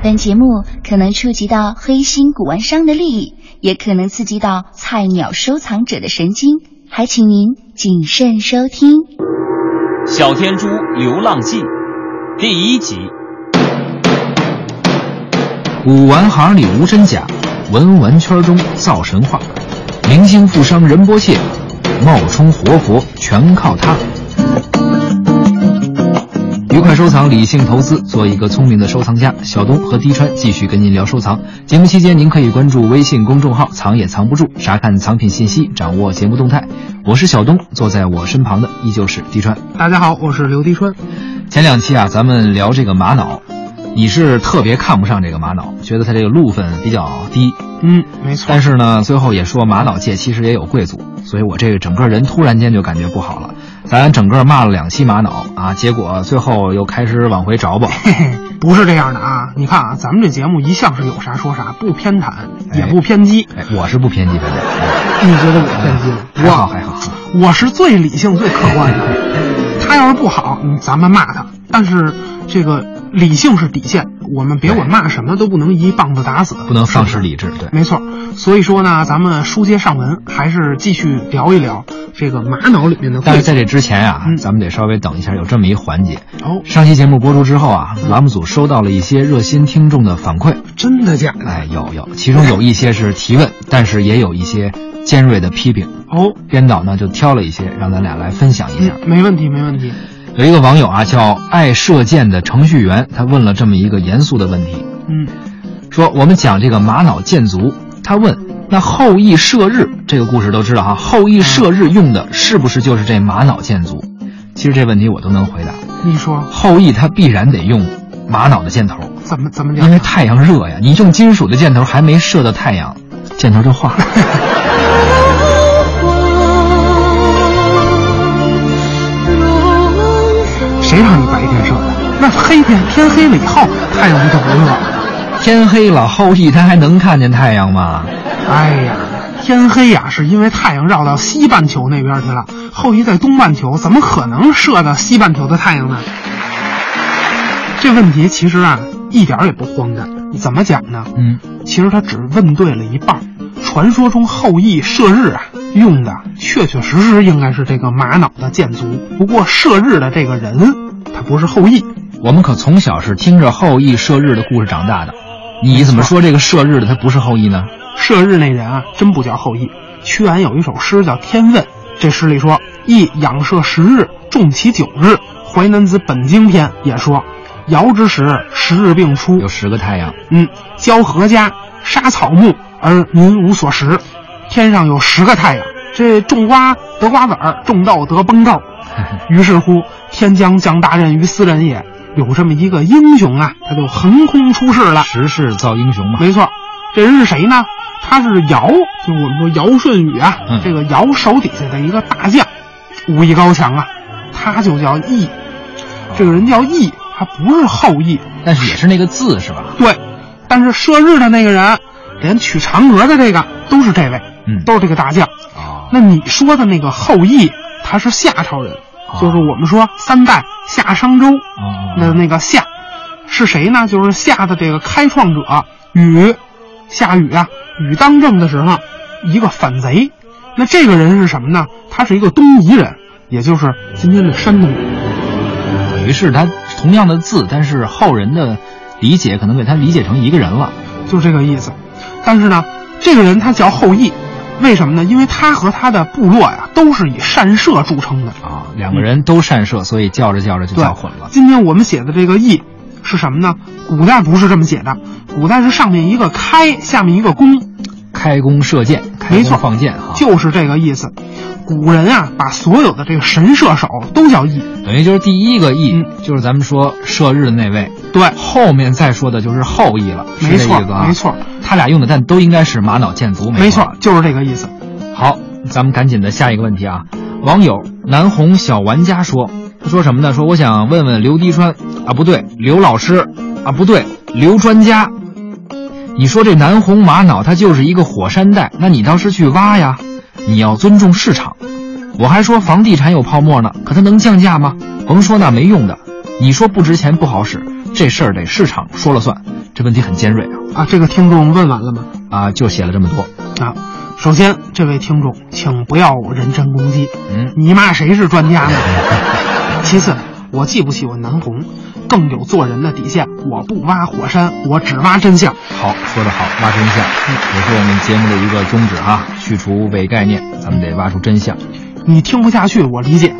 本节目可能触及到黑心古玩商的利益，也可能刺激到菜鸟收藏者的神经，还请您谨慎收听。 《小天猪流浪记》第一集，古玩行里无真假，文玩圈中造神话，明星富商仁波切，冒充活佛全靠他。愉快收藏，理性投资，做一个聪明的收藏家。小东和滴川继续跟您聊收藏。节目期间，您可以关注微信公众号“藏也藏不住”，查看藏品信息，掌握节目动态。我是小东，坐在我身旁的依旧是滴川。大家好，我是刘迪川。前两期啊，咱们聊这个玛瑙，你是特别看不上这个玛瑙，觉得它这个路分比较低。嗯，没错。但是呢，最后也说玛瑙界其实也有贵族，所以我这个整个人突然间就感觉不好了。咱整个骂了两期玛瑙啊，结果最后又开始往回找吧。嘿嘿， 不是这样的啊！你看啊，咱们这节目一向是有啥说啥，不偏袒，哎也不偏激。哎，我是不偏激，反正哎你觉得我偏激吗？还好还好。我我是最理性、最客观的。他要是不好，嗯咱们骂他。但是这个理性是底线，我们别管骂什么都不能一棒子打死，哎不能丧失是不是理智。对，没错，所以说呢，咱们书接上文，还是继续聊一聊这个玛瑙里面的 贵族。但是在这之前啊，嗯咱们得稍微等一下，有这么一环节。哦，上期节目播出之后啊，栏目组收到了一些热心听众的反馈，真的假的？哎，有有，其中有一些是提问，但是也有一些尖锐的批评。哦，编导呢就挑了一些，让咱俩来分享一下。嗯，没问题，没问题。有一个网友啊叫爱射箭的程序员，他问了这么一个严肃的问题，嗯，说我们讲这个玛瑙箭族，他问那后羿射日这个故事都知道哈、后羿射日用的是不是就是这玛瑙箭族？其实这问题我都能回答，你说后羿他必然得用玛瑙的箭头，怎么怎么讲因？为太阳热呀，你用金属的箭头还没射到太阳，箭头就化了。谁让你白天射的？那黑天天黑了以后，太阳不就不热了？天黑了，后羿他还能看见太阳吗？哎呀，天黑呀，是因为太阳绕到西半球那边去了。后羿在东半球，怎么可能射到西半球的太阳呢？这问题其实啊，一点儿也不荒诞。怎么讲呢？嗯，其实他只问对了一半儿。传说中后羿射日啊，用的确确实实应该是这个玛瑙的箭足，不过射日的这个人他不是后羿，我们可从小是听着后羿射日的故事长大的，你怎么说这个射日的他不是后羿呢？射日那人啊，真不叫后羿。屈原有一首诗叫《天问》，这诗里说：“羿仰射十日，中其九日。”《淮南子本经篇》也说：“尧之时，十日并出有。十个太阳，嗯，教禾家，杀草木，而民无所食。天上有十个太阳，这种瓜得瓜子儿，种豆得崩豆。于是乎，天将降大任于斯人也。”有这么一个英雄啊，他就横空出世了。十世造英雄嘛。没错，这人是谁呢？他是尧，就是我们说尧舜禹啊，嗯这个尧手底下的一个大将，武艺高强啊，他就叫啊羿。这个人叫羿，他不是后羿，但是也是那个字是吧？对。但是射日的那个人，连取嫦娥的这个都是这位，嗯都是这个大将。哦那你说的那个后羿，他是夏朝人，啊就是我们说三代夏商周。哦那那个夏，是谁呢？就是夏的这个开创者禹，夏禹啊，禹当政的时候，一个反贼。那这个人是什么呢？他是一个东夷人，也就是今天的山东人。等于是他同样的字，但是后人的理解可能给他理解成一个人了。就这个意思。但是呢，这个人他叫后羿，为什么呢？因为他和他的部落呀、都是以善射著称的。啊、两个人都善射，所以叫着叫着就对叫混了。今天我们写的这个“义”是什么呢？古代不是这么写的，古代是上面一个开，下面一个弓，开弓射箭，开没弓错放箭哈，就是这个意思。古人啊，把所有的这个神射手都叫羿，等于就是第一个羿、嗯就是咱们说射日的那位，对，后面再说的就是后羿了，是没这意错思啊？没错，他俩用的但都应该是玛瑙剑足，没错错，就是这个意思。好，咱们赶紧的下一个问题啊！网友南红小玩家说，他说什么呢？说我想问问刘滴川啊，不对，刘老师啊，不对，刘专家，你说这南红玛瑙它就是一个火山带，那你当时去挖呀，你要尊重市场。我还说房地产有泡沫呢，可它能降价吗？甭说那没用的，你说不值钱不好使，这事儿得市场说了算。这问题很尖锐啊啊，这个听众问完了吗？啊！就写了这么多，啊，首先这位听众，请不要人身攻击，嗯， 你骂谁是专家呢？ 其次，我既不喜欢南红，更有做人的底线，我不挖火山，我只挖真相。好，说得好，挖真相，也是我们节目的一个宗旨哈、去除伪概念，咱们得挖出真相。你听不下去，我理解，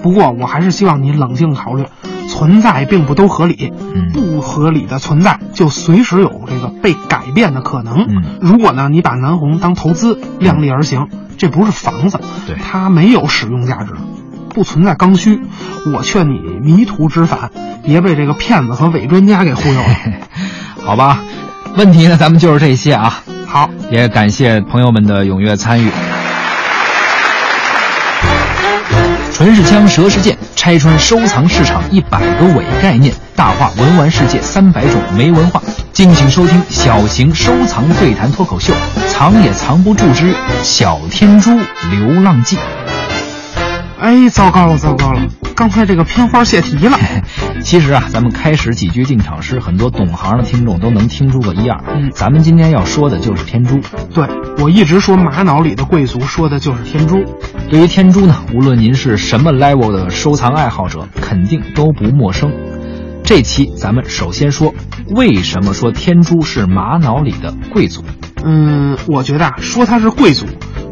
不过我还是希望你冷静考虑，存在并不都合理，嗯不合理的存在就随时有这个被改变的可能。嗯如果呢，你把南红当投资量力而行，这不是房子，对 它没有使用价值，不存在刚需。我劝你迷途知返，别被这个骗子和伪专家给忽 悠了。好吧，问题呢，咱们就是这些啊，好，也感谢朋友们的踊跃参与。纯是枪，蛇是剑，拆穿收藏市场一百个伪概念，大话文玩世界三百种没文化。敬请收听小型收藏对谈脱口秀，《藏也藏不住之小天珠流浪记》。哎，糟糕了，糟糕了，刚才这个片花泄题 了。其实啊，咱们开始几句定场诗，很多懂行的听众都能听出个一二。嗯咱们今天要说的就是天珠。对我一直说玛瑙里的贵族说的就是天珠，对于天珠呢，无论您是什么 level 的收藏爱好者，肯定都不陌生。这期咱们首先说，为什么说天珠是玛瑙里的贵族？嗯，我觉得啊，说它是贵族，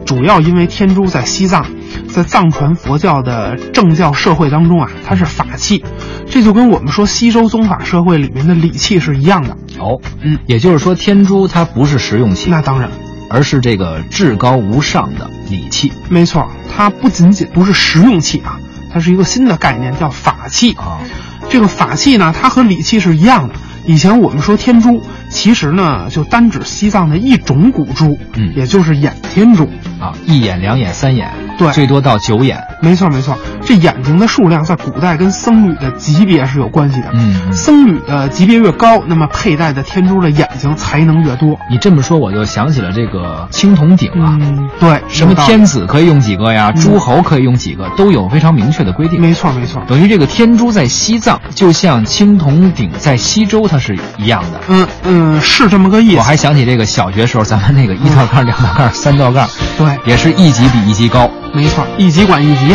主要因为天珠在西藏，在藏传佛教的政教社会当中啊，它是法器，这就跟我们说西周宗法社会里面的礼器是一样的。哦，嗯，也就是说，天珠它不是实用器，那当然，而是这个至高无上的礼器没错，它不仅仅不是实用器啊，它是一个新的概念，叫法器。啊。这个法器呢，它和礼器是一样的。以前我们说天珠，其实呢就单指西藏的一种古珠，嗯也就是眼天珠。啊，一眼、两眼、三眼，对最多到九眼。没错没错，这眼睛的数量在古代跟僧侣的级别是有关系的。嗯嗯僧侣的级别越高，那么佩戴的天珠的眼睛才能越多。你这么说，我就想起了这个青铜鼎啊，嗯，对，什么有道理天子可以用几个呀，嗯诸侯可以用几个，都有非常明确的规定。没错没错，等于这个天珠在西藏，就像青铜鼎在西周，它是一样的。嗯嗯，是这么个意思。我还想起这个小学时候，咱们那个一道杠、两道杠、三道杠，对也是一级比一级高。没错，一级管 一级。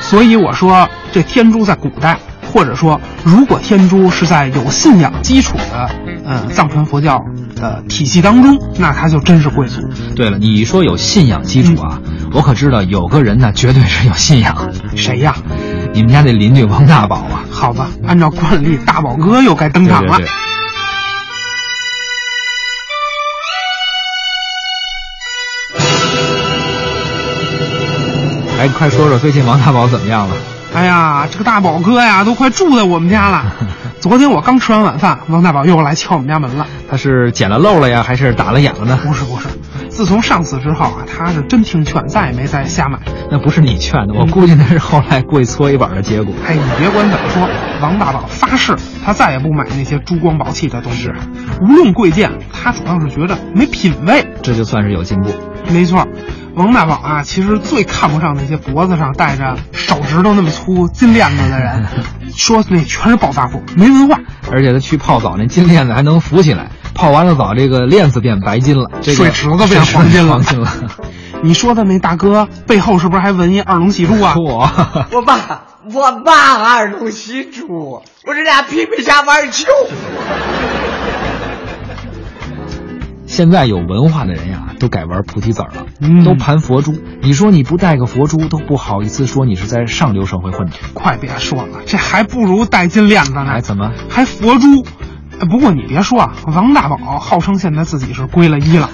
所以我说，这天珠在古代，或者说，如果天珠是在有信仰基础的，呃，藏传佛教的体系当中，那它就真是贵族。对了，你说有信仰基础啊，嗯我可知道有个人呢，绝对是有信仰。谁呀？你们家那邻居王大宝啊，好吧，按照惯例，大宝哥又该登对场了。对对。哎，快说说最近王大宝怎么样了？哎呀，这个大宝哥呀，都快住在我们家 了。昨天我刚吃完晚饭，王大宝又来敲我们家门了。他是捡了漏了呀，还是打了眼了呢？不是不是，自从上次之后啊，他是真听劝，再也没再瞎买。那不是你劝的，我估计那是后来跪搓衣板的结果。哎，你别管怎么说，王大宝发誓他再也不买那些珠光宝气的东西，无论贵贱，他主要是觉得没品位。这就算是有进步。没错，王大宝啊，其实最看不上那些脖子上戴着手指头那么粗金链子的人，说那全是暴发户，没文化。而且他去泡澡，那金链子还能浮起来，泡完了澡，这个链子变白金了，这个水池子变水黄金了 池子变黄金了。你说的那大哥背后是不是还纹一二龙戏珠啊？ 嚯！我爸，我爸二龙戏珠，我这俩皮皮虾玩球。现在有文化的人呀、都改玩菩提子儿了，嗯都盘佛珠。你说你不带个佛珠，都不好意思说你是在上流社会混的。哎快别说了，这还不如戴金链子呢。哎，怎么？还佛珠，不过你别说啊，王大宝号称现在自己是归了一了，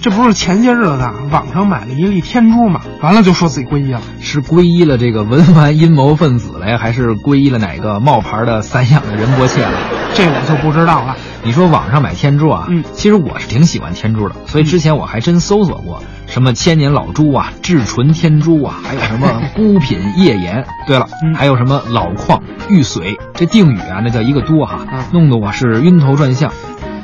这不是前些日子啊网上买了一粒天珠嘛，完了就说自己归一了。是皈依了这个文玩阴谋分子了呀，还是皈依了哪个冒牌的散养的仁波切了？这我就不知道了。你说网上买天珠啊，嗯其实我是挺喜欢天珠的，所以之前我还真搜索过什么千年老珠啊、至纯天珠啊，还有什 么孤品页岩。对了，嗯还有什么老矿玉髓，这定语啊，那叫一个多哈，嗯弄得我是晕头转向。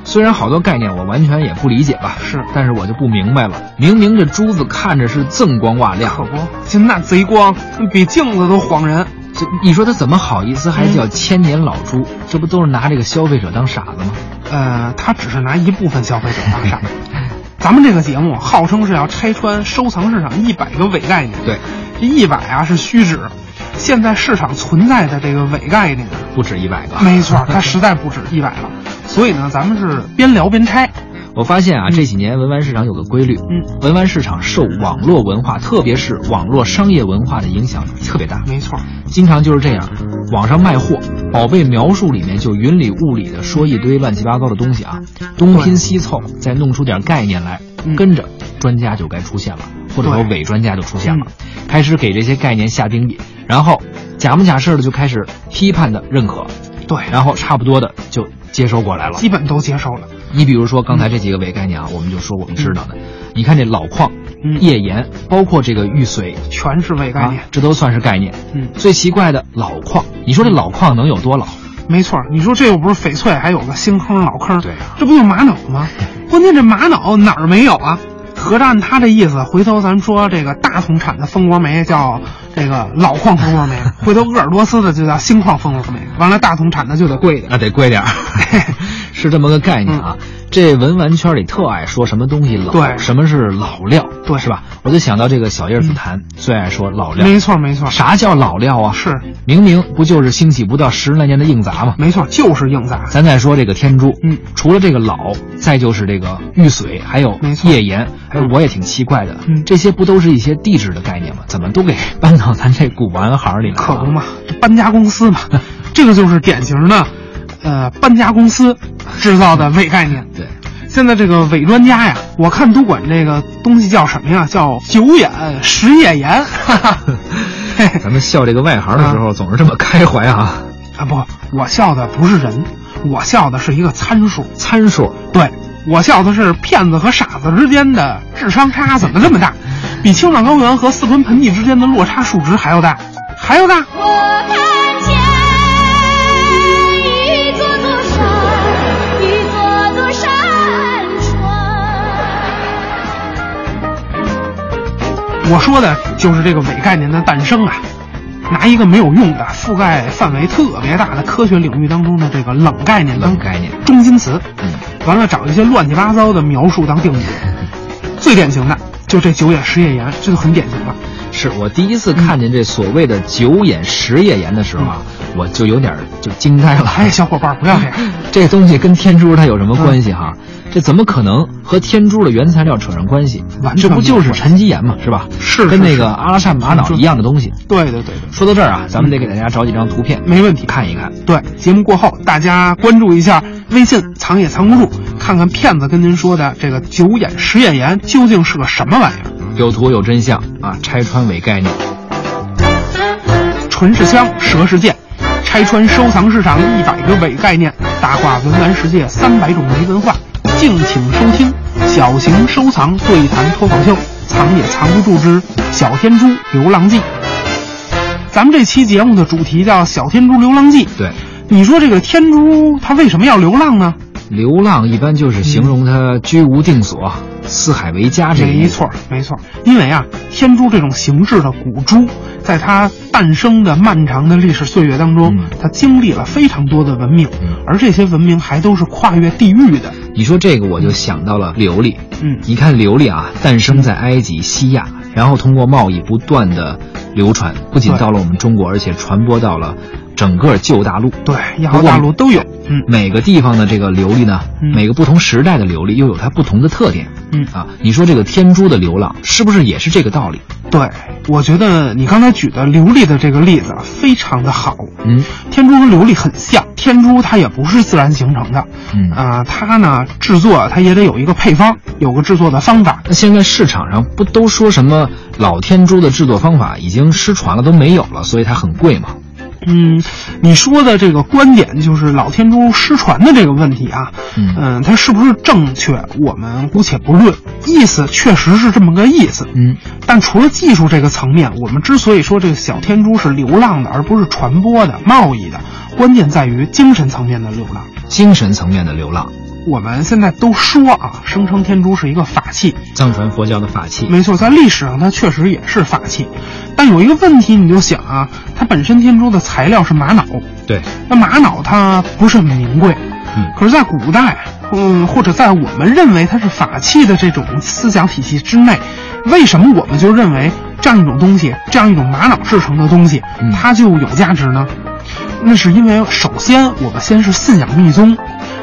虽然好多概念我完全也不理解吧，是但是我就不明白了，明明这珠子看着是锃光瓦亮，可不，就那贼光，比镜子都晃人。这你说他怎么好意思还嗯叫千年老猪？这不都是拿这个消费者当傻子吗？呃，他只是拿一部分消费者当傻。咱们这个节目号称是要拆穿收藏市场一百个伪概念，对，这一百啊是虚指，现在市场存在的这个伪概念，不止一百个。没错，它实在不止一百了。所以呢，咱们是边聊边拆。我发现啊，这几年文玩市场有个规律，嗯，文玩市场受网络文化，特别是网络商业文化的影响特别大，没错，经常就是这样，网上卖货，宝贝描述里面就云里雾里的说一堆乱七八糟的东西啊，东拼西凑，再弄出点概念来，嗯跟着专家就该出现了，或者说对伪专家就出现了，开始给这些概念下定义，然后假模假式的就开始批判的认可，对，然后差不多的就接收过来了。基本都接受了。你比如说刚才这几个伪概念啊，我们就说我们知道的，你看这老矿、嗯页岩，包括这个玉髓。全是伪概啊念，，这都算是概念。嗯最奇怪的老矿，你说这老矿能有多老？没错。你说这又不是翡翠，还有个新坑老坑，对啊这不就是玛瑙吗？关键这玛瑙哪儿没有啊？合着按他这意思，回头咱说这个大同产的蜂窝煤叫这个老矿蜂窝煤，回头鄂尔多斯的就叫新矿蜂窝煤，完了大同产的就得贵一点。那啊得贵 点儿，是这么个概念啊。这文玩圈里特爱说什么东西老，对什么是老料，对是吧？我就想到这个小叶紫檀最爱说老料，没错没错，啥叫老料啊？是明明不就是兴起不到十来年的硬杂吗？没错，就是硬砸。咱再说这个天珠，嗯，除了这个老，再就是这个玉髓，还有没错页岩，还有我也挺奇怪的，嗯这些不都是一些地质的概念吗？怎么都给 搬到咱这古玩行里来了？可不嘛，搬家公司嘛，这个就是典型的，呃，搬家公司制造的伪概念。对，现在这个伪专家呀，我看都管这个东西叫什么呀？叫九眼十页岩。哈哈，嘿 咱们笑这个外行的时候，总是这么开怀啊。啊不，我笑的不是人，我笑的是一个参数。参数，对，我笑的是骗子和傻子之间的智商差怎么这么大，比青藏高原和四川盆地之间的落差数值还要大，还要大。我看见一座座山，一座座山川。我说的就是这个伪概念的诞生啊。拿一个没有用的、覆盖范围特别大的科学领域当中的这个冷概念当冷概念中心词，嗯，完了找一些乱七八糟的描述当定语。最典型的就这九眼十页岩，这就很典型 了。是我第一嗯次看见这所谓的九眼十页岩的时候啊，嗯我就有点儿就惊呆了。哎，小伙伴 儿不要这样，这东西跟天珠它有什么关系嗯哈？这怎么可能和天珠的原材料扯上关系？完全这没不有就是关系沉积岩嘛，是吧？是跟是嗯那是个阿拉善玛瑙一样的东西。对对对对，说到这儿啊，咱们得给大家找几张图片，没问题。看一看。对，节目过后大家关注一下微信“藏也藏不住”，看看骗子跟您说的这个九眼十页岩究竟是个什么玩意儿。有图有真相啊，拆穿伪概念。唇是香，舌是剑，拆穿收藏市场一百个伪概念，大话文玩世界三百种没文化。敬请收听小型收藏对谈脱口秀，藏也藏不住之《小天珠流浪记》。咱们这期节目的主题叫《小天珠流浪记》。对，你说这个天珠它为什么要流浪呢？流浪一般就是形容它居无定所、四海为家这个意嗯没思。错，没错。因为啊，天珠这种形制的古珠，在它诞生的漫长的历史岁月当中，嗯它经历了非常多的文明，嗯而这些文明还都是跨越地域的。你说这个，我就想到了琉璃。嗯你看琉璃啊，诞生在埃及、西亚，然后通过贸易不断的流传，不仅对到了我们中国，而且传播到了整个旧大陆。对，亚欧大陆都有。嗯每个地方的这个琉璃呢，嗯每个不同时代的琉璃又有它不同的特点。嗯啊，你说这个天珠的流浪是不是也是这个道理？对，我觉得你刚才举的琉璃的这个例子啊非常的好。嗯天珠和琉璃很像，天珠它也不是自然形成的，嗯啊、它呢制作啊它也得有一个配方，有个制作的方法。那现在市场上不都说什么老天珠的制作方法已经失传了，都没有了，所以它很贵嘛？嗯，你说的这个观点就是老天珠失传的这个问题啊，嗯它是不是正确，我们姑且不论，意思确实是这么个意思。嗯，但除了技术这个层面，我们之所以说这个小天珠是流浪的，而不是传播的、贸易的，关键在于精神层面的流浪。精神层面的流浪，我们现在都说啊，声称天珠是一个法器，藏传佛教的法器。没错，在历史上它确实也是法器，但有一个问题，你就想啊，它本身天珠的材料是玛瑙，对，那玛瑙它不是很名贵，嗯可是，在古代，嗯，或者在我们认为它是法器的这种思想体系之内，为什么我们就认为这样一种东西，这样一种玛瑙制成的东西，嗯它就有价值呢？那是因为，首先我们先是信仰密宗，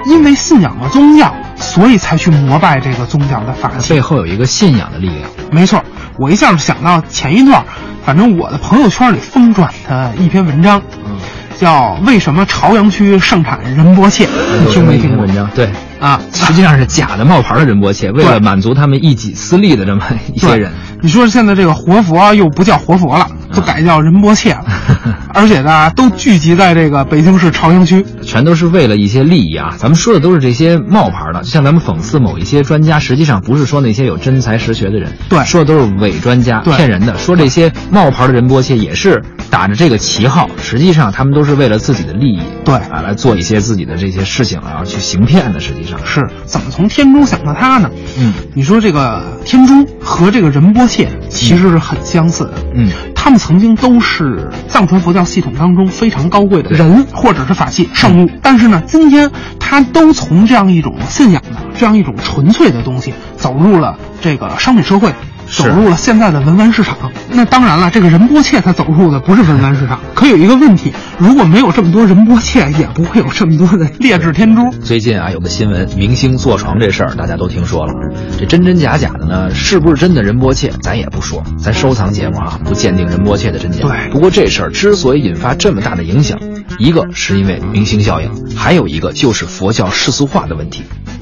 因为信仰了宗教，所以才去膜拜这个宗教的法器背。后有一个信仰的力量。没错，我一下就想到前一段，反正我的朋友圈里疯转的一篇文章，嗯，叫《为什么朝阳区盛产仁波切》，你听没一听篇过文？章？对。啊，实际上是假的冒牌的仁波切，为了满足他们一己私利的这么一些人，嗯你说现在这个活佛啊又不叫活佛了，都改叫仁波切了， 而且呢，都聚集在这个北京市朝阳区。全都是为了一些利益啊。咱们说的都是这些冒牌的，就像咱们讽刺某一些专家，实际上不是说那些有真才实学的人，对说的都是伪专家，对骗人的。说这些冒牌的仁波切也是打着这个旗号，实际上他们都是为了自己的利益，对啊，来做一些自己的这些事情，然后去行骗的。实际上，是怎么从天珠想到它呢？嗯你说这个天珠和这个仁波切其实是很相似的。嗯他们曾经都是藏传佛教系统当中非常高贵的人，或者是法器嗯圣物。但是呢，今天他都从这样一种信仰的、这样一种纯粹的东西，走入了这个商品社会。是走入了现在的文玩市场，那当然了，这个仁波切他走入的不是文玩市场。可有一个问题，如果没有这么多仁波切，也不会有这么多的劣质天珠。最近啊，有个新闻，明星坐床这事儿大家都听说了。这真真假假的呢，是不是真的仁波切，咱也不说。咱收藏节目啊，不鉴定仁波切的真假。对不过这事儿之所以引发这么大的影响，一个是因为明星效应，还有一个就是佛教世俗化的问题。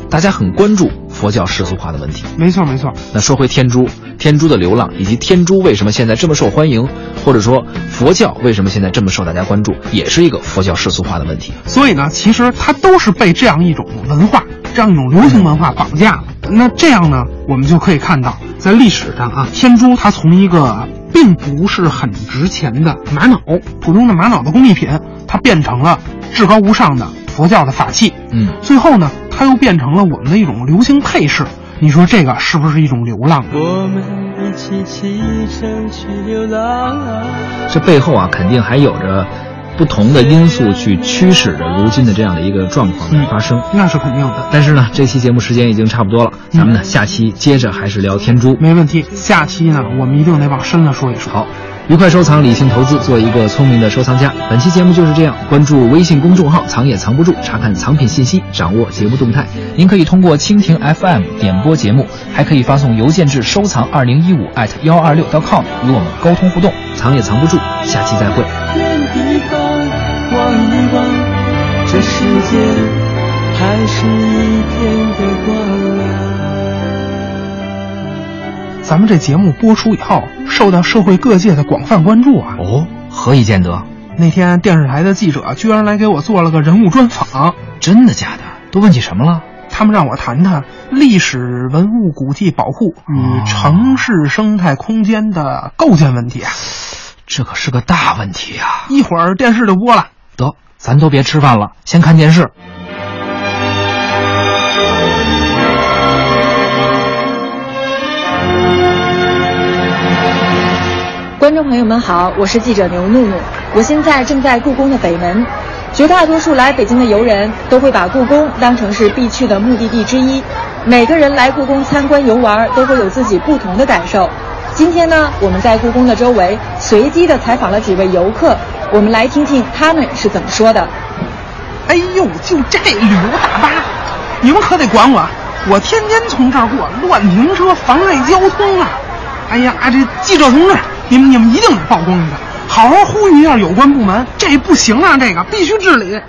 大家很关注佛教世俗化的问题。没错，没错。那说回天珠，天珠的流浪，以及天珠为什么现在这么受欢迎，或者说佛教为什么现在这么受大家关注，也是一个佛教世俗化的问题。所以呢，其实它都是被这样一种文化、这样一种流行文化绑架了。那这样呢，我们就可以看到，在历史上啊，天珠它从一个并不是很值钱的玛瑙，普通的玛瑙的工艺品，它变成了至高无上的佛教的法器。嗯，最后呢，它又变成了我们的一种流行配饰。你说这个是不是一种流浪呢？我们一起启程去流浪、这背后啊，肯定还有着不同的因素去驱使着如今的这样的一个状况的发生。那是肯定的，但是呢，这期节目时间已经差不多了，咱们呢下期接着还是聊天珠。没问题。下期呢，我们一定得往深了说一说。好，愉快收藏，理性投资，做一个聪明的收藏家。本期节目就是这样，关注微信公众号“藏也藏不住”，查看藏品信息，掌握节目动态。您可以通过蜻蜓 FM 点播节目，还可以发送邮件至收藏二零一五艾特幺二六 .com 与我们沟通互动。藏也藏不住，下期再会。天地方，望一望，这世界还是一片的光亮。咱们这节目播出以后，受到社会各界的广泛关注啊。哦，何以见得？那天电视台的记者居然来给我做了个人物专访，真的假的？都问起什么了？他们让我谈谈历史文物古迹保护与城市生态空间的构建问题啊。这可是个大问题啊！一会儿电视就播了。得，咱都别吃饭了，先看电视。观众朋友们好，我是记者牛怒怒，我现在正在故宫的北门。绝大多数来北京的游人都会把故宫当成是必去的目的地之一，每个人来故宫参观游玩都会有自己不同的感受。今天呢，我们在故宫的周围随机的采访了几位游客，我们来听听他们是怎么说的。哎呦，就这旅游大巴，你们可得管我！我天天从这儿过，乱停车，妨碍交通啊！哎呀，这记者同志，你们你们一定得曝光一下，好好呼吁一下有关部门，这不行啊，这个必须治理。